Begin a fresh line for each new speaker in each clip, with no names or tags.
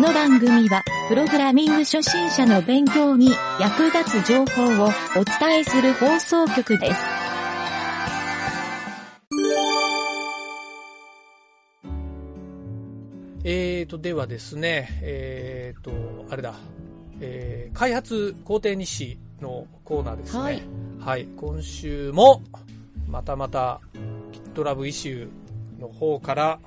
の番組は、プログラミング初心者の勉強に役立つ情報をお伝えする放送局です。
えーと、ではですね、えーと、あれだ、えー開発工程日誌のコーナーですね。
はい。
はい、今週も、またまた、GitLab イシューの方から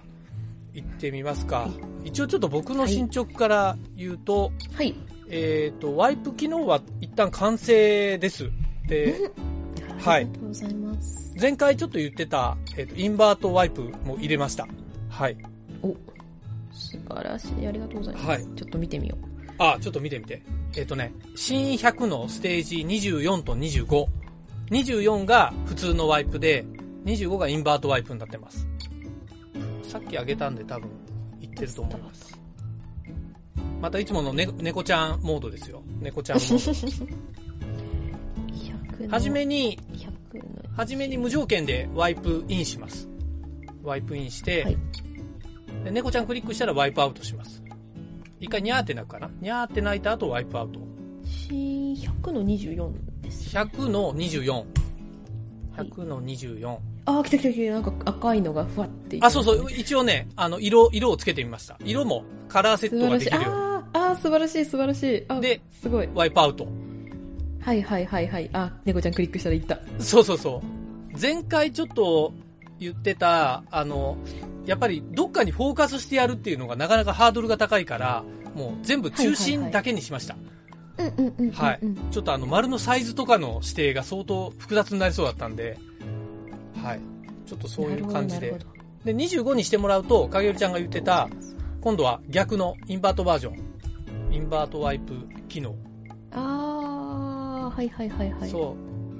行ってみますか。一応ちょっと僕の進捗から言うと、
はい。
えーと、ワイプ機能は一旦完成です。で、
あ
はい
りがとうございます。
前回ちょっと言ってた、えーと、インバートワイプも入れました。はい。
お、素晴らしい。ありがとうございます。
はい
ちょっと見てみよう。
あ、ちょっと見てみて。えっ、とね、新100のステージ24と25。24が普通のワイプで、25がインバートワイプになってます。さっきあげたんで多分、いってると思います。またいつものね猫ちゃんモードですよ。猫ちゃんモー
100
ド。
の、
はじめに、
100の、
はじめに無条件でワイプインします。ワイプインして、
はい
で猫ちゃんクリックしたらワイプアウトします。一回ニャーって鳴くかなニャーって鳴いた後ワイプアウト。
新100の24です。
100の24。
はい
100の24。
あー、来た来た来た。なんか赤いのがふわって。
あ、そうそう。一応ね、あの、色、色をつけてみました。色もカラーセ
素
ッ
晴
トが
ら
で
しい。
きるように。
あーあー、素晴らしい、素晴らしい。あ
で、
すごい。
ワイプアウト。
はいはいはいはい。あ、猫ちゃんクリックしたら行った。
そうそうそう。前回ちょっと言ってた、あの、やっぱりどっかにフォーカスしてやるっていうのがなかなかハードルが高いから、もう全部中心だけにしました。
うんうんうんうんうん。
はいちょっとあの丸のサイズとかの指定が相当複雑になりそうだったんで、はい。ちょっとそういう感じで
なる。ほどなる
で、25にしてもらうと、影織ちゃんが言ってた
ほ、ど
今度は逆のインバートバージョン。インバートワイプ機能。
あー、はいはいはいはい。
そ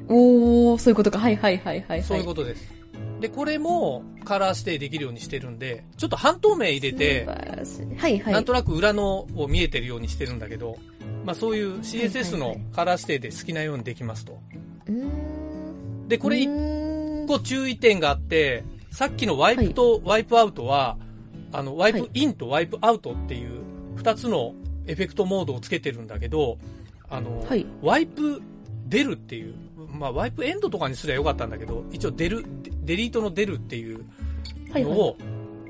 おー、そういうことか。はいはいはいはい、は
う、
い。
そういうことです。で、これもカラー指定できるようにしてるんで、ちょっと半透明入れて
素、晴らしい。はいはい。
なんとなく裏のを見えてるようにしてるんだけど、まあそういう CSS
はい
の
はいは
カラー指定で好きなようにできますと。
うーん。
で、これ
う
一
ーん
個注意点があって、さっきのワイプとワイプアウトは、あの、ワイ
はい
プインとワイプアウトっていう二つのエフェクトモードをつけてるんだけど、あの、
はい。
ワイプ出るっていう、まあ、ワイプエンドとかにすりゃよかったんだけど、一応出る、デデリートの出るっていう
はい
の
はい。
を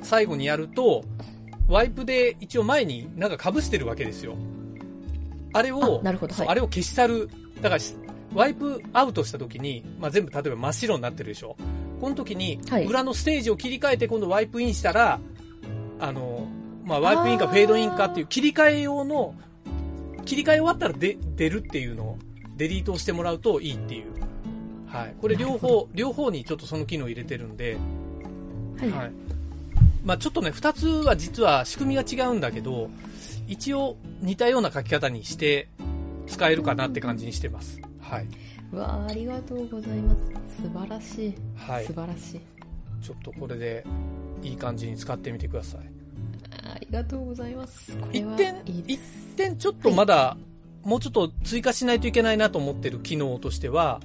最後にやると、ワイプで一応前になんか被してるわけですよ。あれを
あ、なるほど。
そ
は
う
い。
あれを消し去る。だからし、ワイプアウトした時に、まあ、全部例えば真っ白になってるでしょ。この時に
はい、
裏のステージを切り替えて今度ワイプインしたら、あの、まあ、ワイプインかフェードインかっていう切り替え用の、切り替え終わったらで出るっていうのをデリートをしてもらうといいっていう。はい。これ両
なるほ
方、両方にちょっとその機能入れてるんで、
はい。
はい。まあちょっとね、二つは実は仕組みが違うんだけど、一応似たような書き方にして使えるかなって感じにしてます。はい。
うわーありがとうございます。素晴らしい。
はい
素。晴らしい。
ちょっとこれでいい感じに使ってみてください。
あありがとうございます。これは
一点
いいです。
で、ちょっとまだ、もうちょっと追加しないといけないなと思ってる機能としては、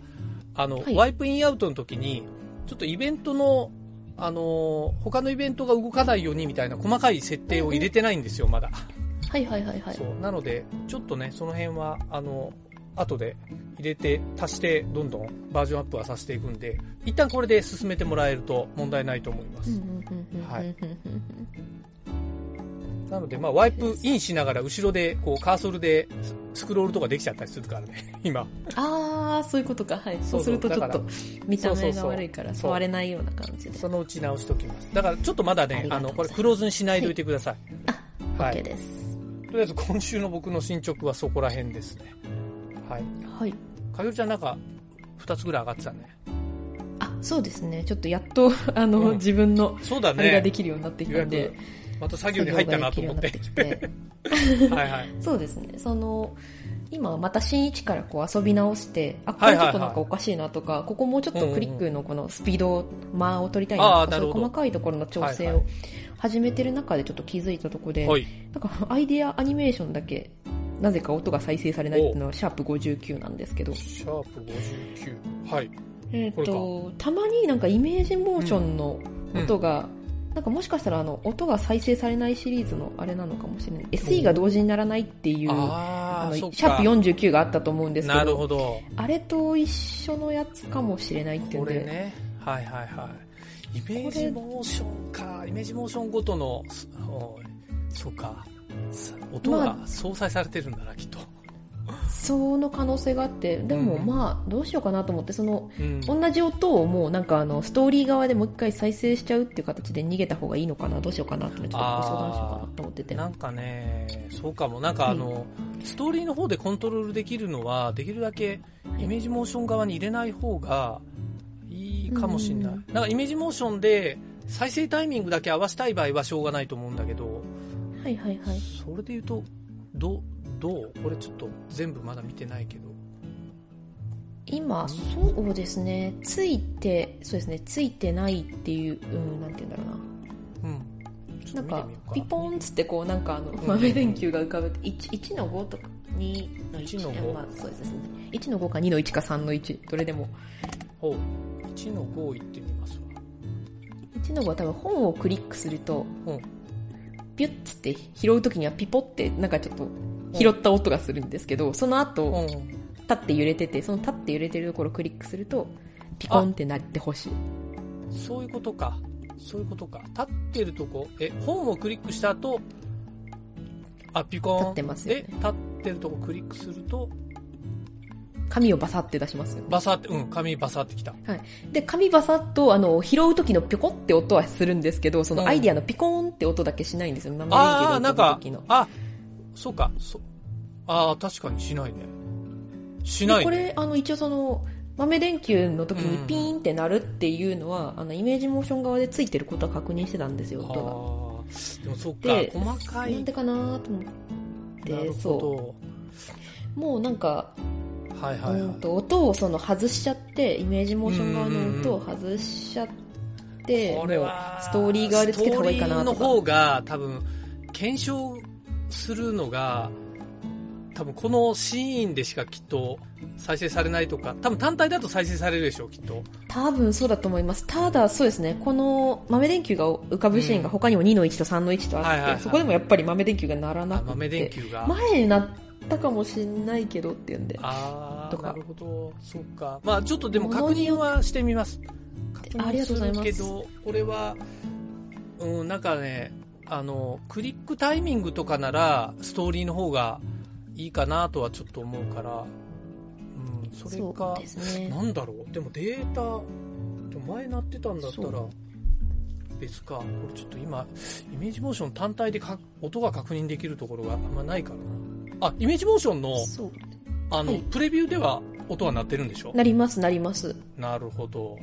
あの、
はい
ワイプインアウトの時に、ちょっとイベントの、あのー他のイベントが動かないようにみたいな細かい設定を入れてないんですよ、まだ。
はいはいはいはい。
そうなのでちょっとねその辺はあの後で入れて足してどんどんバージョンアップはさせていくんで一旦これで進めてもらえると問題ないと思いま
うんう
す、
んうんうんうんうんうん
はいなのでまあワイプインしながら後ろでこうカーソルでススクロールとかできちゃったりするからね 今
ああ、そういうことか。はい。
そ
そう
そう
うするとちょっ
だ
と
か
見た目が悪いから
そうそうそう
触れないような感じで。
そのうち直しておきますだからちょっとまだ
あ
ね
りが
あ
とう
の
ご
こ
ざいます
れクローズにしないでおいてください、はい
OK です。
とりあえず今週の僕の進捗はそこら辺ですねはい
はい。
かげるちゃんなんか2つぐらい上がってたね
あ、そうですね。ちょっとやっと、 あの、
うん
自分の、
そうだ
あれがで
ね
きるようになってき
予
たん
約
で、
また作業に入ったなと思って
作業ができるようになっ てきて。
はいはい
そうですね。その、今また新一からこう遊び直して、あ、こ
は
う
い
いう
はいは
と
い
こなんかおかしいなとか、ここもうちょっとクリックのこのスピード、間を取りたい
あ
な
ー
とか、
なる
そうい
ほ
う
ど
細かいところの調整
はいは
を始めてる中でちょっと気づいたところで、
はい。
なんかアイデアアニメーションだけ、なぜか音が再生されないっていうのはシャープ59なんですけど、
シャープ59。はい。
えっ、
これ
と、たまになんかイメージモーションの音が、なんかもしかしたらあの音が再生されないシリーズのあれなのかもしれない SE が同時にならないっていうあ
あ
の
あ、
シ
そ
ャ
っ
ー
か。
プ49があったと思うんですけ
なる
ど
ほど。
あれと一緒のやつかもしれないってい
こ
うんで
れね。はいはいはい。イメージモーションか。イメージモーションごとの、すおいそうか。さ音が
ま
相殺されてるんだな、きっと。
その可能性があってでも
うん
まあどうしようかなと思ってその
うん。
同じ音をもうなんかあのストーリー側でもう一回再生しちゃうっていう形で逃げた方がいいのかなどうしようかなっていうのをちょっとご相談しようかなと思ってて
なんかね、そうかも。なんかあの、ストーリーの方でコントロールできるのは、できるだけイメージモーション側に入れない方がいいかもしれない。
うん
なんかイメージモーションで再生タイミングだけ合わせたい場合はしょうがないと思うんだけど、
はいはいはい
それで言うと、どう、どうこれちょっと全部まだ見てないけど。
今そうですねついてそうですねついてないっていう、うん、なんて言うんだろうな
うん。ち
な
ょっ
ん
と見て
か
みようか。
ピポンっつってこうなんかあの
ん
豆電球が浮かべて 1, 1の5とか2の
1の5
まあ、そうですね1の5か2の1か3の1どれでも
ほう。1の5行ってみますわ。
1の5は多分本をクリックすると、
うん
ピュッつって拾う時にはピポってなんかちょっと拾った音がするんですけどその後、
うん。
立って揺れててその立って揺れてるところをクリックするとピコンってなってほしい
そういうことか。そういうことか。立ってるとこ、え、本をクリックした後、あ、ピコーン。
立ってますよね
で、立ってるとこクリックすると、
紙をバサって出しますよね
バサって、うん、紙バサってきた。
で、紙バサッと、あの、拾う時のピコって音はするんですけど、そ
うん
のアイディアのピコーンって音だけしないんですよ。生
ああ、
電球
なん
が
か
飛ぶ時の、。
あ、そうか、そ、ああ、確かにしないね。しな
で
い
こ
ね。
れ、あの、一応その、豆電球の時にピーンってなるっていうのは、あの、イメージモーション側でついてることは確認してたんですよ、
ああ
音が。
ー、でもそっか
で、、
細かい。
なんでかなと思
な
って
る、
そ
ほ
う。もうなんか、
ど。はいはい、
う
は
んと、音をその外しちゃって、イメージモーション側の音を外しちゃって、
い。これは、
ストーリー側でつけた方がいいかなと
ストーリーの
か。
方が、多分、検証するのが、多分このシーンでしかきっと再生されないとか、多分単体だと再生されるでしょう、きっと。
多分そうだと思います。ただ、そうですね、この豆電球が浮かぶシーンが他にも2の1と3の1と
はいはい
あ
は
っ
い
て、そこでもやっぱり豆電球が鳴らな
あ
くて、
豆電球が。
前になったかもしれないけどっていうんで、あ
ああ、
とか
なるほど。そっか。まあちょっとでも確認はしてみます。確認
ありがとうございます
るけど、これは、うん、なんかね、あの、クリックタイミングとかなら、ストーリーの方がいいかなとはちょっと思うから、うん、それ
そ
か
う、ですね。
なんだろう。でもデータ、でも前なってたんだったら
そ、
別か。これちょっと今、イメージモーション単体でか音が確認できるところがあんまないからな。あ、イメージモーションの、
そう
あの、
はい
プレビューでは音は鳴ってるんでしょ
なります、なります。
なるほど。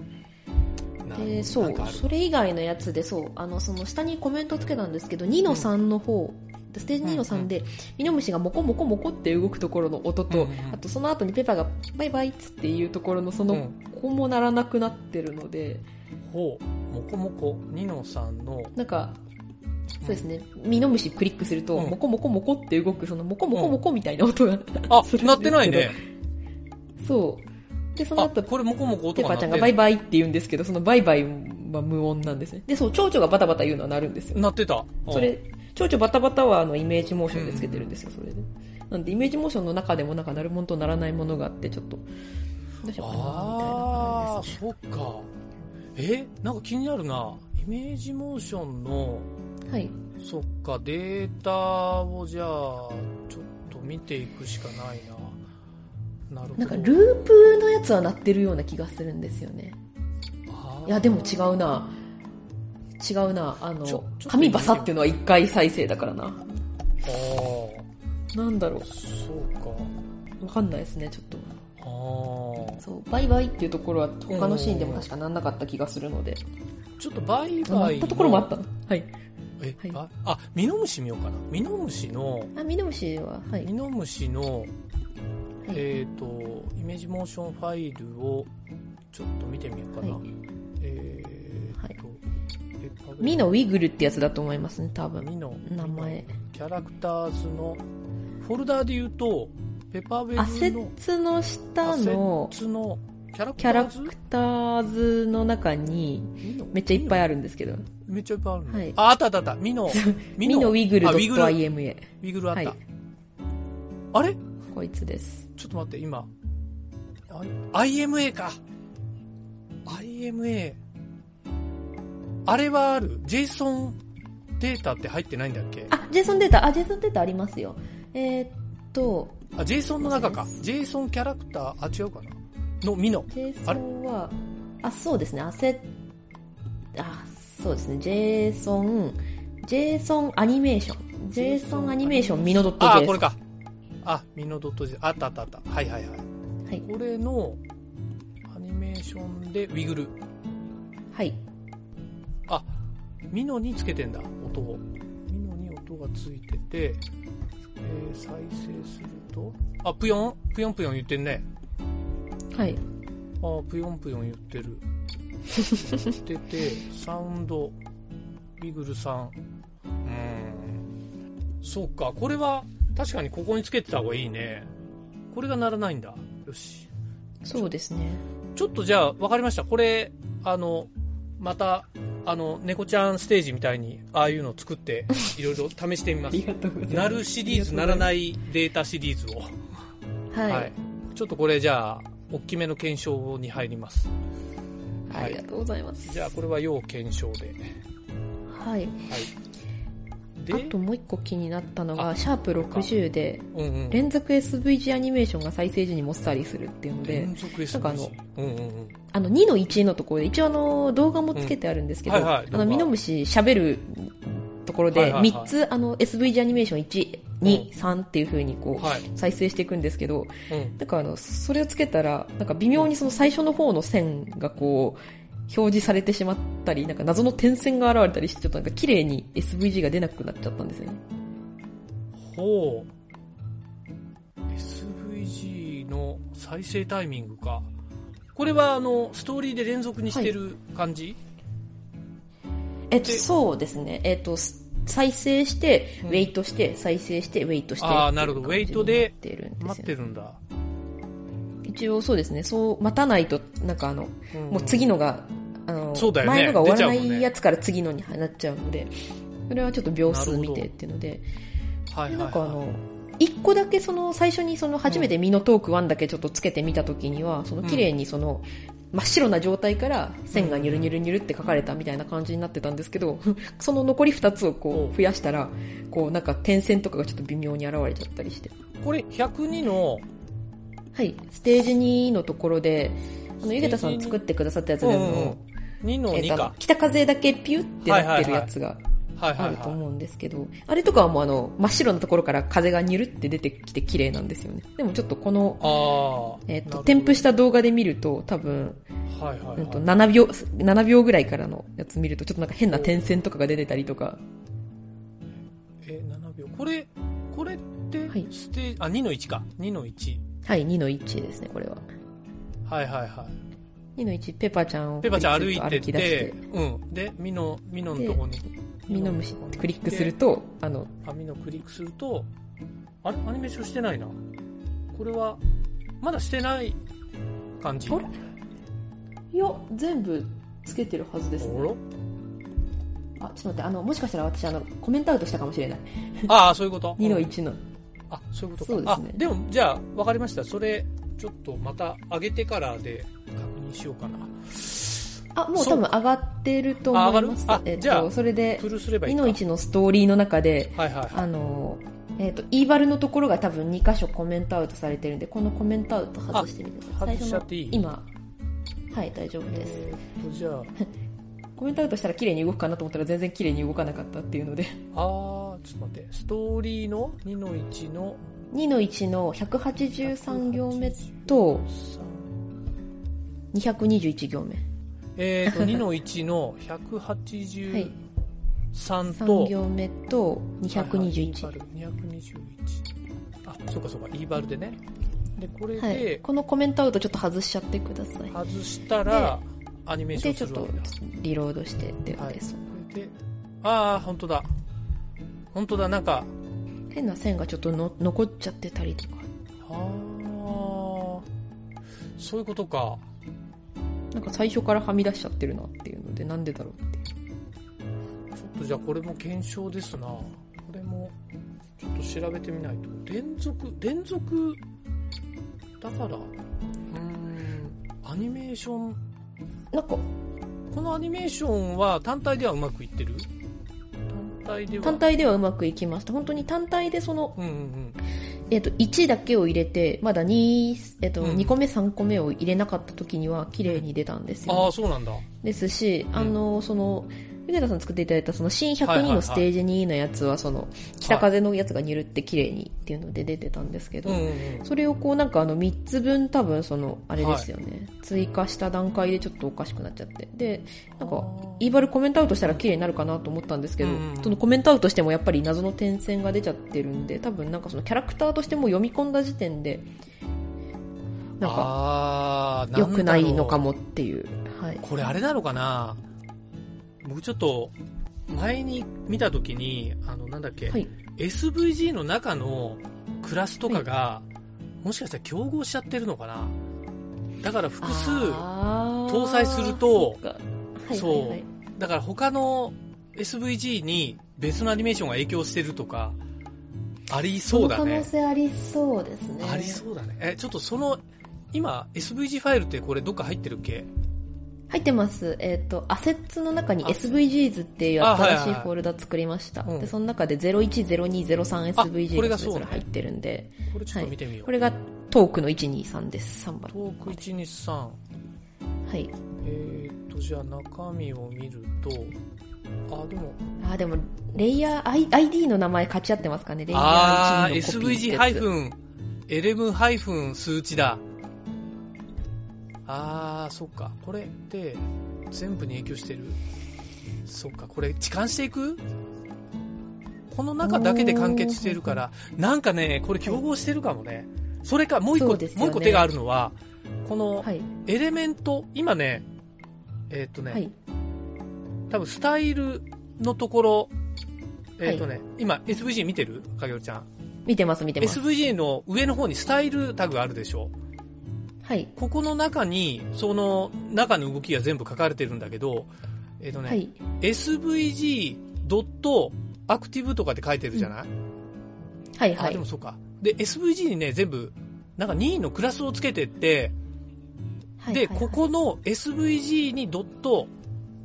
なるほど
で、そ
なん
う
かあ、る
それ以外のやつで、そう、あの、その下にコメントつけたんですけど、2の3の方、ステージ2の3で、ミノムシがモコモコモコって動くところの音と、
うんうん
あとその後にペパがバイバイっつっていうところのそうの
ん
ここも鳴らなくなってるので、
ほう、もこもこ、ニノさんの、
なんか、そうですね、ミノムシクリックすると、
うん
モコモコモコって動く、そのモコモコモコみたいな音が、
あ
そ、れ
鳴ってないね。
そう。で、その
あ、
後、
これもこもこ音
ペ
が鳴
パ
っ
ちゃ
て
ん
ん
が
の
バイバイって言うんですけど、そのバイバイは無音なんですね。で、そう、蝶々がバタバタ言うのは鳴るんですよ。
鳴ってた。うん
それ、蝶々バタバタはあのイメージモーションでつけてるんですよ、それで。なんで、イメージモーションの中でもなんか鳴るものと鳴らないものがあって、ちょっと、どうしようかな、みたいな
あ
感
あ、
じですね。
そっか。え、なんか気になるな。イメージモーションの、
はい。
そっか、データをじゃあ、ちょっと見ていくしかないな。なるほ
な
ど。
んか、ループのやつは鳴ってるような気がするんですよね。
あー
いや、でも違うな。違うな。あ
ちょ
の
ちょっと、
紙バサっていうのは一回再生だからな。
あー
なんだろう。
そうか。
わかんないですね、ちょっと。
ああ。
そう、バイバイっていうところは他のシーンでも確かなんなかった気がするので。
ちょっとバイ
あ
バ
鳴
イ
っ
の。
たところもあったの。はい。
え、
はい
ああ、ミノムシ見ようかな。ミノムシの、
あ、ミノムシは、はい
ミ。ノムシの、えっ、と、イメージモーションファイルを、ちょっと見てみようかな。
はい
えーと、ペッパーグリーン
ミのウィグルってやつだと思いますね、多分。
ミノ。
名前。
キャラクターズの、フォルダーで言うと、ペッパーベル
アセ
の
ッツの下
アセ
の
ッ、ツのキキャラク
キ
タ
ャラ
ー
ク
ズ
ターズの中に
ミノ
めっちゃいっぱいあるんですけど
めっちゃいっぱいあるの、
はい
あ、あったあったあった。ミノ。ミ
ミノウィグル
あウィグル。ウ
.ima
ィグルあった。
はい
あれ
こいつです
ちょっと待って、今。あ IMA か。IMA。あれはある ?JSON データって入ってないんだっけ
あジェイソンデータあジェイソンデータありますよえーっと
あ、JSON の中か。JSON キャラクター、あ、違うかなのミノ。
ジェイソンはあそうですねアセあそうですねジェイソンジェイソンアニメーションジェイソンアニメーションミノドット
あ、
ジ
こ
ェ
れ
イソ
か。あ、ミノ .j。あったあったあった。はいはいはい。
ンはい
これのアニメーションでウィグル。
はい
あ、ミノにつけてんだ、音を。ミノに音がついてて、えー再生すると、あ、ぷよんぷよんぷよん言ってんね。
はい
あ、ぷよんぷよん言ってる。言ってて、 サウンド、ビグルさん。うーん。そっか、これは確かにここにつけてた方がいいね。これが鳴らないんだ。よし。
そうですね
ちょっとじゃあ、わかりました。これ、あの、また、あの、猫ちゃんステージみたいに、ああいうのを作って、いろいろ試して みます。
がとうござ
なるシリーズ、ならないデータシリーズを。
はい、はい、
ちょっとこれ、じゃあ、大きめの検証に入ります。
ありがとうございます
じゃあ、これは要検証で。
はい
はい。で、
あともう一個気になったの
あ
が、シャープ60で、
うんうん。
連続 SVG アニメーションが再生時にもっさりするっていうので
連、続 S
なんかあの
うんうんうん。
あの2の1のところで、一応あの動画もつけてあるんですけど、
うんはいはい
あ
動画
のミノムシ喋るところ
はい
で、
はいはい
3つあの SVG アニメーション1、2、3っていう風にこ、
はいう
再生していくんですけど、
うん。
なんかあの、それをつけたら、なんか微妙にその最初の方の線がこう、表示されてしまったり、なんか謎の点線が現れたりして、ちょっとなんか綺麗に SVG が出なくなっちゃったんですよね。
ほう。SVG の再生タイミングか。これは、あの、ストーリーで連続にしてる感じ、
えっと、
で
そうですね。えっと、す再生して、
う
ウ
ん
ェイトして、再生して、ウェイトして。
あーなるほど
っていう感じ
ウェイトで
になってるんですよね
待ってるんだ。
一応そうですね。そう、待たないと、なんかあの、
ん
もう次のが、あの、
そうだよね
前のが終わら
出ちゃうも
なん
ね
いやつから次のになっちゃうので、それはちょっと秒数見てっていうので、
はいはい、
なん
はい。
かあの、一個だけその最初にその初めてミノトーク1だけちょっとつけてみたときには、その綺麗にその真っ白な状態から線がニュルニュルニュルって書かれたみたいな感じになってたんですけど、 その残り二つをこ
お
う増やしたら、こうなんか点線とかがちょっと微妙に現れちゃったりして。
これ102の、
はい、ステージ2のところで、あの、ゆげたさん作ってくださったやつでも、
2の
えっ
2
とあ
か
の。北風だけピュってなってるやつが
はいは
あ
い
ると
は
思うんですけど、あれとかはもうあの、真っ白なところから風がニュルって出てきて綺麗なんですよね。でもちょっとこの、
い。ああ。
えっ、と、
なる
添
ほど
付した動画で見ると、多分、
はいはい、
うんと、
はい。
7秒、7秒ぐらいからのやつ見ると、ちょっとなんか変な点線とかが出てたりとか、
え、7秒。これ、これって
はい、
ステージ、あ、2の1か。2の1。
はい、2の1ですね、これは。
はいはいはい。
2の1、ペパちゃんを、
ペパちゃん歩い
ちょってと歩
って、
き出して、
うん。で、ミノ、ミノのとこに。
ミノムシってクリックすると、あの、
あ、ミノクリックすると、あれアニメーションしてないな。これは、まだしてない感じ。
あれいや、全部つけてるはずです
おろ
あ、ちょっと待って、あの、もしかしたら私、あの、コメントアウトしたかもしれない。
ああ、そういうこと。
2の1の。
あ、そういうことか。
そうですね
あ、でも、じゃあ、わかりました。それ、ちょっとまた上げてからで確認しようかな。
あ、もう多分上がってると
あ
思
上
い
が
ま
る
す。
あ
えっ
じゃあ
と、それで
プ、ルすればいい
2
か。
の1のストーリーの中で、
はいはいはい。
あの、えっ、と、イーバルのところが多分2箇所コメントアウトされてるんで、このコメントアウト外してみてください。
外しちゃっていい
今、はい、大丈夫です。
えーっと、じゃあ、
コメントアウトしたら綺麗に動くかなと思ったら全然綺麗に動かなかったっていうので、
あー、ちょっと待って。ストーリーの2の1の
2の1の183行目と221行目。
えーっと、2の1の183
はい。
と、
3行目と221。
はいはいイーバル221あそうかそうかイーバルでねでこれ
はい、
で
このコメントアウトちょっと外しちゃってください。
外したらアニメーショ
で、
ン
ち
す
ょっ
るわ
と
けだ
リロードしてってこと
はい
です、
これでああ本当だ本当だなんか
変な線がちょっとの残っちゃってたりとか。
ああそういうことか
なんか最初からはみ出しちゃってるなっていうので、なんでだろうっていう。
ちょっとじゃあこれも検証ですな。これも、ちょっと調べてみないと。連続、連続、だから、うーん、アニメーション、
なんか、
このアニメーションは単体ではうまくいってる単体では。
単体ではうまくいきました。本当に単体でその、
うんうん
えっ、と、1だけを入れて、まだ2、えっ、と、
うん
2個目、3個目を入れなかった時には、綺麗に出たんです
うん。
よ、
ああ、そうなんだ。
ですし、あの、その、ゆげたさん作っていただいた、その、新
はいはい
102
は
の
い
ステージ2のやつは、その、北風のやつがニュルって綺麗にっていうので出てたんですけど、
うんうんうん。
それをこう、なんかあの、3つ分多分、その、あれですよね、追加した段階でちょっとおかしくなっちゃって。で、なんか、イーバルコメントアウトしたら綺麗になるかなと思ったんですけど、
うん
そのコメントアウトしてもやっぱり謎の点線が出ちゃってるんで、多分なんかそのキャラクターとしても読み込んだ時点で、なんか
あー
良くないのか。
んだ
も
ろ
っていう。はい。
うこれあれなのかな僕ちょっと、前に見たときに、あの、なんだっけ、
はい。
SVG の中のクラスとかが、もしかしたら競合しちゃってるのかなだから複数、搭
搭
載すると
はい
そう
はいはい
だから他の SVG に別のアニメーションが影響してるとか、ありそうだ
可能
ね。
性ありそうですね。
ありそうだね。え、ちょっとその、今、SVG ファイルってこれどっか入ってるっけ
入ってます。えっ、と、アセッツの中に
あ
SVGs っていう
あはいはい
新しいフォルダ作りました。
うん
で、その中で 010203SVG
あこれ
が
が
それぞ
そう
れ
ね
入ってるんで、
これちょっと見てみよう。
これがトークの123です。3番
ト。ーク123。
はい。
えーっと、じゃあ中身を見ると、あ、でも、
あーでもレイヤー I- ID の名前勝ち合ってますかねレイヤ
あ
ー
ー、
1のコピーってやつ
SVG-LM- 数値だ。あー、そっか。これって、全部に影響してる。そっか、これ、痴漢していくこの中だけで完結してるから、なんかね、これ競合してるかもね。それか、もう一個、
そうですよね
もう一個手があるのは、この、
はい
エレメント、今ね、えーっとね、
はい
多分スタイルのところ、えっ、とね、今 SVG 見てる影織ちゃん。
見てます見てます
SVG の上の方にスタイルタグがあるでしょ。
はい
ここの中に、その中の動きが全部書かれてるんだけど、えっ、とね、
はい
SVG.active とかって書いてるじゃない、
はいは
あ、で
い
もそうか。で、SVG にね、全部、なんか任意のクラスをつけてって、
はい
で、
はい
ここの SVG にドット、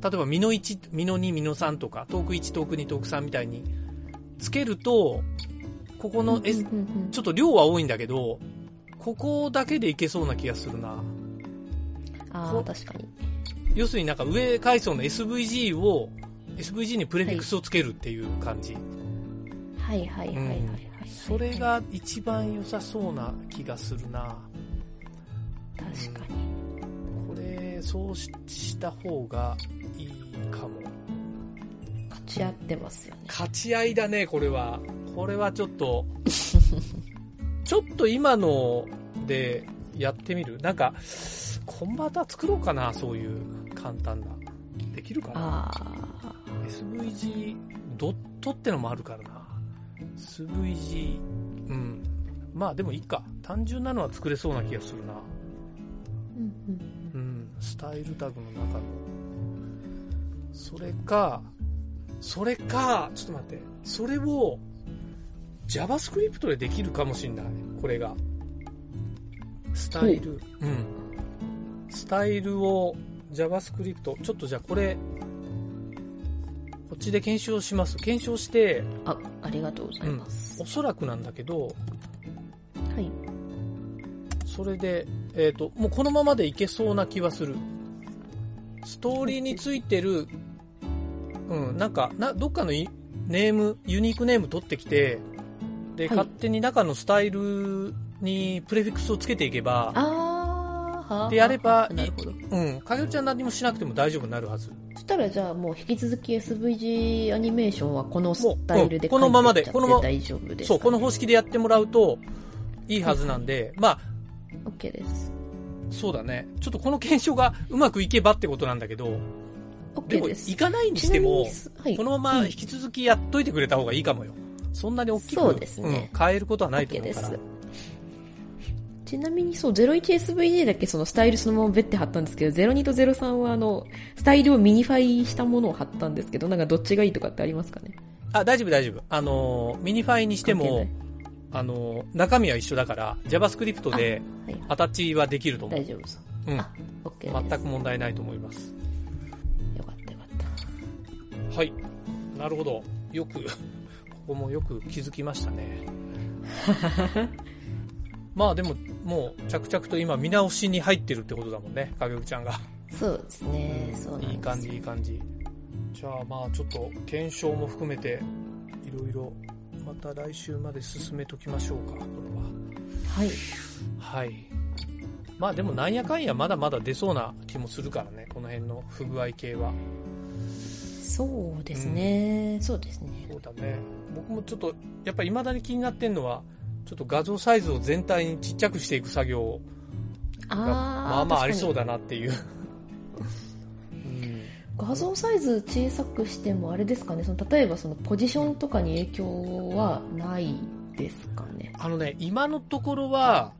例えばミノ1、ミノ2、ミノ3とか、トーク1、トーク2、トーク3みたいにつけると、ここの S、
うんうんうん
ちょっと量は多いんだけど、ここだけでいけそうな気がするな。
あー確かに
要するになんか上階層の SVG を、SVG にプレフィックスをつけるっていう感じ。
はいはいはいはいはいはい
それが一番良さそうな気がするな。
確かに
これ、そうしした方がいいかも。
勝ち合ってますよね
勝ち合いだね、これは。これはちょっと、ちょっと今のでやってみるなんか、コンバーター作ろうかな、そういう簡単な。できるかな
あ
?SVG ドットってのもあるからな。SVG、うん。まあでもいいか。単純なのは作れそうな気がするな。
ーうん
うん、スタイルタグの中の。それか、それか、ちょっと待って、それを JavaScript でできるかもしんない、これが。スタイル。うん。スタイルを JavaScript。ちょっとじゃあこれ、こっちで検証します。検証して、
うんあありがとうございます、
おそらくなんだけど、
はい
それで、えっともうこのままでいけそうな気はするストーリーについてる、うん、なんかなどっかのいネームユニークネーム取ってきてで、
はい
勝手に中のスタイルにプレフィックスをつけていけば、
あーはあ
でやれば
なるほど
うん、かげるちゃん何もしなくても大丈夫になるはず
そしたらじゃあもう引き続き SVG アニメーションはこのスタイルで
もううんこのままで
書いてっちゃって
このまま
大丈夫です
そうこの
方
方式でやってもらうといいはずなんで、まあ
OK です
そうだねちょっとこの検証がうまくいけばってことなんだけどで
OK
も
です
いかないにしても
ちなみに
このまま引き続きやっといてくれた方がいいかもよ。そんなに大きく
そうですね
うん変えることはないと
はい、OK
思
で
うから。
す。ちなみにそう、01SVJ だけそのスタイルそのままベッて貼ったんですけど、02と03はあの、スタイルをミニファイしたものを貼ったんですけど、なんかどっちがいいとかってありますかね
あ、大丈夫大丈夫。あのー、ミニファイにして
関係な
も
い、
あのー、中身は一緒だから、JavaScript で
はい、
アタッチはできると思
大
う。
丈夫そう。
うん。
あ、OK です。
全く問題ないと思います。
よかったよかった。
はい。なるほど。よく 、ここもよく気づきましたね。 まあでも、もう着々と今見直しに入ってるってことだもんね、影口ちゃんが。
そうですね、そうなんですよ
いい感じ、いい感じ。じゃあまあちょっと検証も含めて、いろいろ、また来週まで進めときましょうか、これは。
はい。
はい。まあでもなんやかんやまだまだ出そうな気もするからね、この辺の不具合系は。
そうですね、そうですね。
そうだね。僕もちょっと、やっぱり未だに気になってんのは、ちょっと画像サイズを全体にちっちゃくしていく作業
あー
が、まあまあありそう
だ。
だなっ ていう。うん
画像サイズ小さくしてもあれですかね、その例えばそのポジションとかに影響はないですかね。
あのね、今のところは、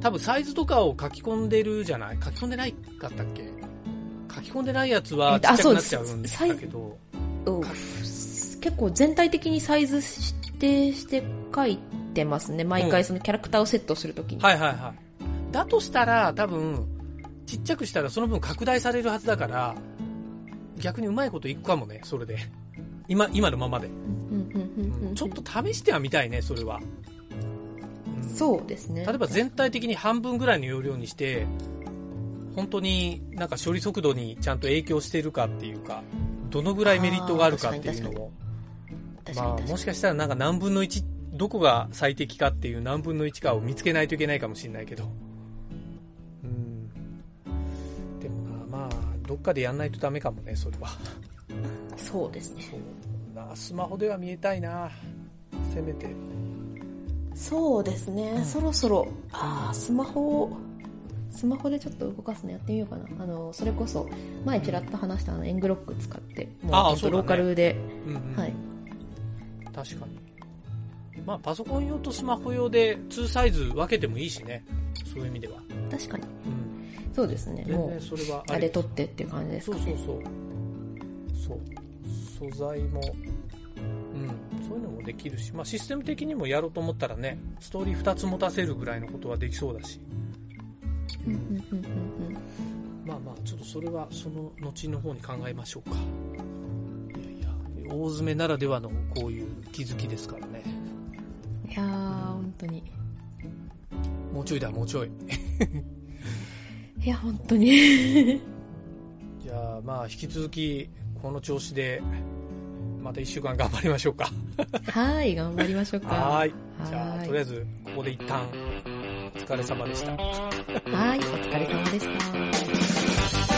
多分サイズとかを書き込んでるじゃない書き込んでないかったっけ書き込んでないやつはちっちゃくなっちゃうん
あ
だ
そうですサ
けど、
うん結構全体的にサイズ指定して書いてますね。毎
う
回
ん
そのキャラクターをセットするときに。
はいはいはい。だとしたら、多分、ちっちゃくしたらその分拡大されるはずだから、逆にうまいこといくかもね、それで。今、今のままで。
うんうんうんうんうん
ちょっと試してはみたいね、それは。うん
そうですね。
例えば全体的に半分ぐらいの容量にして、本当になんか処理速度にちゃんと影響してるかっていうか、どのぐらいメリットがあるかっていうのを、
確かに
まあ
確かに
もしかしたらなんか何分の1、どこが最適かっていう何分の1かを見つけないといけないかもしれないけど。うん。でもな、まあ、どっかでやんないとダメかもね、それは。
そうですね。
そうな、スマホでは見えたいな。せめて。
そうですね、
うん
そろそろあースマホをスマホでちょっと動かすのやってみようかなあのそれこそ前ちらっと話したあのエングロック使ってもう
あー
ほんと
そうだ
ロ
ね
ーカルで、
うん、うん。
はい、
確かに。まあ、パソコン用とスマホ用で2サイズ分けてもいいしね。そういう意味では。
確かに
うん。
そうですねも
全然
う
それは
あ
り
れ撮ってっていう感じです
そ
か
うそうそう。そう。素材も、うん、そういうのもできるし、まあシステム的にもやろうと思ったらね、ストーリー2つ持たせるぐらいのことはできそうだし、
うんうんうんうんうん
まあまあ、ちょっとそれはその後の方に考えましょうか。いやいや、大詰めならではのこういう気づきですからね。
いやー本当に
もうちょいだ、もうちょい。
いや本当 に
じゃあまあ引き続き、この調子で、また1週間頑張りましょうか。
はい頑張りましょうか
はーい。じ
は
ゃあ、
ーい
とりあえず、ここで一旦、お疲れ様でした。
はいお疲れ様でした